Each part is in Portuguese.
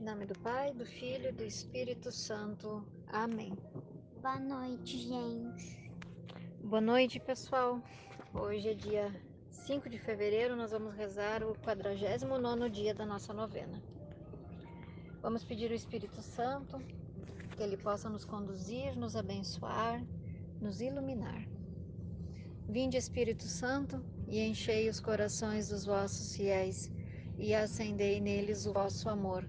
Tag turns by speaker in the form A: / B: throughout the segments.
A: nome do Pai, do Filho e do Espírito Santo. Amém.
B: Boa noite, gente.
A: Boa noite, pessoal. Hoje é dia 5 de fevereiro, nós vamos rezar o 49 dia da nossa novena. Vamos pedir o Espírito Santo que ele possa nos conduzir, nos abençoar, nos iluminar. Vinde, Espírito Santo, e enchei os corações dos vossos fiéis e acendei neles o vosso amor.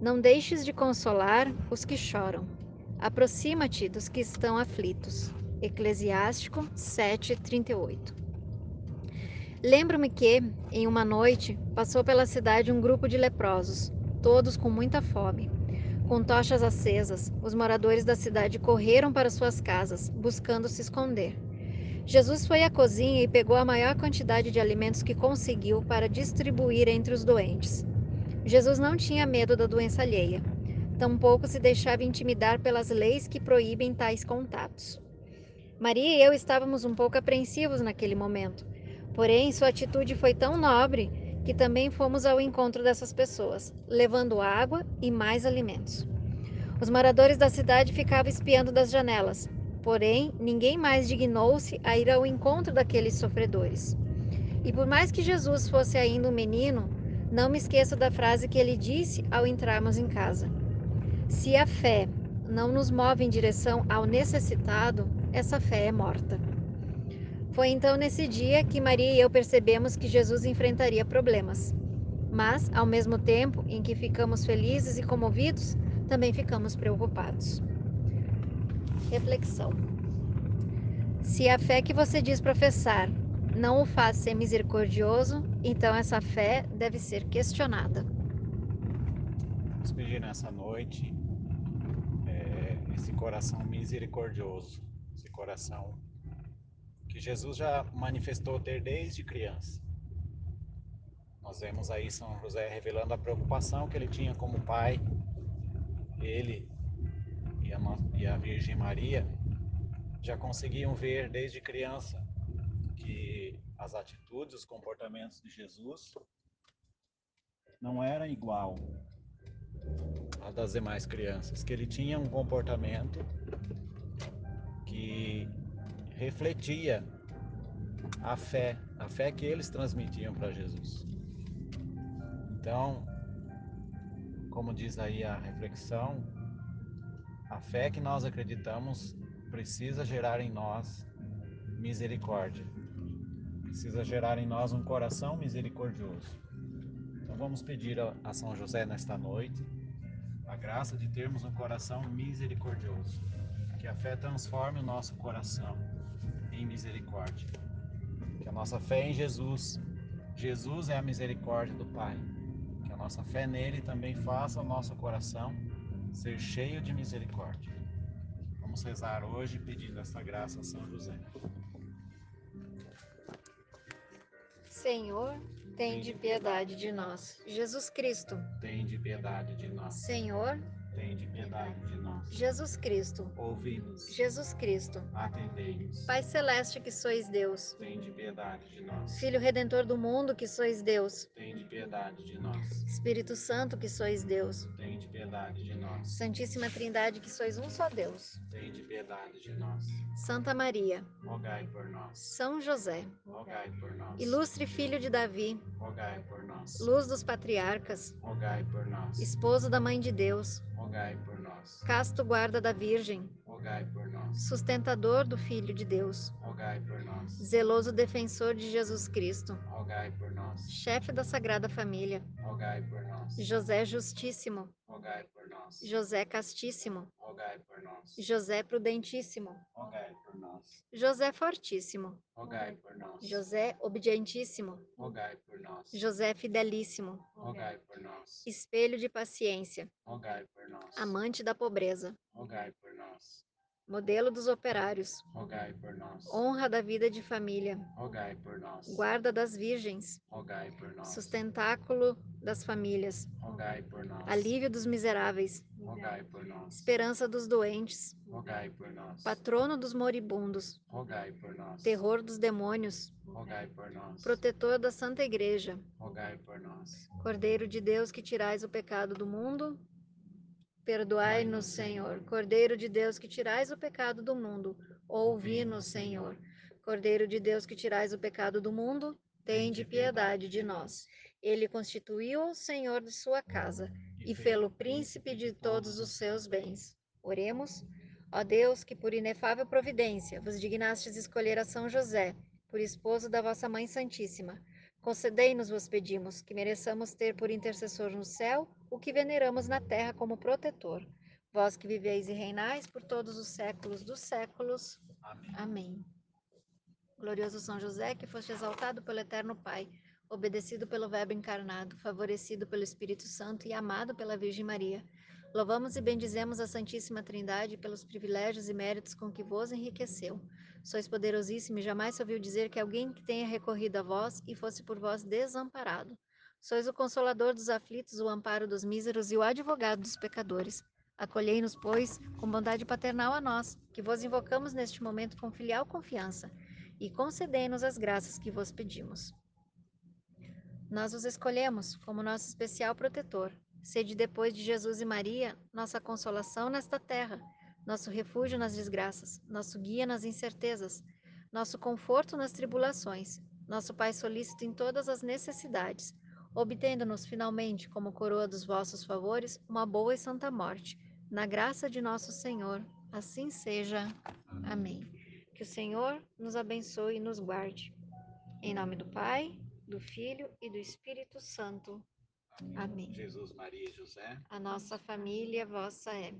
A: Não deixes de consolar os que choram. Aproxima-te dos que estão aflitos. Eclesiástico 7:38. Lembro-me que, em uma noite, passou pela cidade um grupo de leprosos, todos com muita fome. Com tochas acesas, os moradores da cidade correram para suas casas, buscando se esconder. Jesus foi à cozinha e pegou a maior quantidade de alimentos que conseguiu para distribuir entre os doentes. Jesus não tinha medo da doença alheia, tampouco se deixava intimidar pelas leis que proíbem tais contatos. Maria e eu estávamos um pouco apreensivos naquele momento, porém sua atitude foi tão nobre que também fomos ao encontro dessas pessoas, levando água e mais alimentos. Os moradores da cidade ficavam espiando das janelas, porém ninguém mais dignou-se a ir ao encontro daqueles sofredores. E por mais que Jesus fosse ainda um menino, não me esqueço da frase que ele disse ao entrarmos em casa. Se a fé não nos move em direção ao necessitado, essa fé é morta. Foi então nesse dia que Maria e eu percebemos que Jesus enfrentaria problemas. Mas, ao mesmo tempo em que ficamos felizes e comovidos, também ficamos preocupados. Reflexão: Se a fé que você diz professar não o faz ser misericordioso, então essa fé deve ser questionada.
C: Vamos pedir nessa noite é, esse coração misericordioso, esse coração que Jesus já manifestou ter desde criança. Nós vemos aí São José revelando a preocupação que ele tinha como pai, ele e a, e a Virgem Maria já conseguiam ver desde criança que as atitudes, os comportamentos de Jesus não era igual a das demais crianças, que ele tinha um comportamento que refletia a fé, a fé que eles transmitiam para Jesus. Então, como diz aí a reflexão, a fé que nós acreditamos precisa gerar em nós misericórdia precisa gerar em nós um coração misericordioso. Então vamos pedir a, a São José nesta noite a graça de termos um coração misericordioso, que a fé transforme o nosso coração em misericórdia. Que a nossa fé em Jesus, Jesus é a misericórdia do Pai. Que a nossa fé nele também faça o nosso coração ser cheio de misericórdia. Vamos rezar hoje pedindo essa graça a São José.
A: Senhor, tem de piedade de nós. Jesus Cristo,
C: tem de piedade de nós.
A: Senhor,
C: tem de piedade de nós.
A: Jesus Cristo,
C: ouvi-nos.
A: Jesus Cristo,
C: atendei-nos.
A: Pai celeste que sois Deus,
C: tem de piedade de nós.
A: Filho redentor do mundo que sois Deus,
C: tem de piedade de nós.
A: Espírito Santo que sois Deus,
C: tem de piedade de nós.
A: Santíssima Trindade que sois um só Deus,
C: tem de piedade de nós.
A: Santa Maria,
C: rogai por nós.
A: São José,
C: rogai por nós.
A: Ilustre filho de Davi,
C: rogai por nós.
A: Luz dos patriarcas,
C: rogai por nós.
A: Esposo da mãe de Deus,
C: rogai por nós.
A: Casto guarda da Virgem,
C: rogai por nós.
A: Sustentador do filho de Deus,
C: rogai por nós.
A: Zeloso defensor de Jesus Cristo,
C: rogai por nós.
A: Chefe da Sagrada Família,
D: rogai por nós.
A: José Justíssimo,
D: Rogai por nós.
A: José Castíssimo,
D: Rogai por nós.
A: José Prudentíssimo,
D: Rogai por nós.
A: José Fortíssimo,
D: Rogai por nós.
A: José Obedientíssimo,
D: Rogai por nós.
A: José Fidelíssimo,
D: Rogai por nós.
A: Espelho de Paciência,
D: Rogai por nós.
A: Amante da Pobreza,
D: Rogai por nós.
A: Modelo dos Operários,
D: Rogai por nós.
A: Honra da Vida de Família,
D: Rogai por nós.
A: Guarda das Virgens,
D: Rogai por nós.
A: Sustentáculo das Famílias,
D: Rogai por nós.
A: Alívio dos Miseráveis,
D: Rogai por nós.
A: Esperança dos Doentes,
D: Rogai por nós.
A: Patrono dos Moribundos,
D: Rogai por nós.
A: Terror dos Demônios,
D: Rogai por nós.
A: Protetor da Santa Igreja,
D: Rogai por nós.
A: Cordeiro de Deus que tirais o pecado do mundo, perdoai-nos, Senhor. Cordeiro de Deus que tirais o pecado do mundo, ouvi-nos, Senhor. Cordeiro de Deus que tirais o pecado do mundo, tende piedade de nós. Ele constituiu o Senhor de sua casa e
C: Então,
A: fê-lo príncipe de todos os seus bens. Oremos. Ó Deus, que por inefável providência vos dignastes escolher a São José, por esposo da vossa Mãe Santíssima, concedei-nos, vos pedimos, que mereçamos ter por intercessor no céu o que veneramos na terra como protetor. Vós que viveis e reinais por todos os séculos dos séculos.
C: Amém.
A: Amém. Glorioso São José, que foste exaltado pelo Eterno Pai, obedecido pelo Verbo encarnado, favorecido pelo Espírito Santo e amado pela Virgem Maria. Louvamos e bendizemos a Santíssima Trindade pelos privilégios e méritos com que vos enriqueceu. Sois poderosíssimo e jamais se ouviu dizer que alguém que tenha recorrido a vós e fosse por vós desamparado. Sois o consolador dos aflitos, o amparo dos míseros e o advogado dos pecadores. Acolhei-nos, pois, com bondade paternal a nós, que vos invocamos neste momento com filial confiança, e concedei-nos as graças que vos pedimos. Nós os escolhemos como nosso especial protetor. Sede depois de Jesus e Maria, nossa consolação nesta terra, nosso refúgio nas desgraças, nosso guia nas incertezas, nosso conforto nas tribulações, nosso Pai solícito em todas as necessidades, obtendo-nos finalmente, como coroa dos vossos favores, uma boa e santa morte. Na graça de nosso Senhor, assim seja. Amém. Que o Senhor nos abençoe e nos guarde. Em nome do Pai, do Filho e do Espírito Santo. Amém.
C: Jesus, Maria e José.
A: A nossa família vossa é.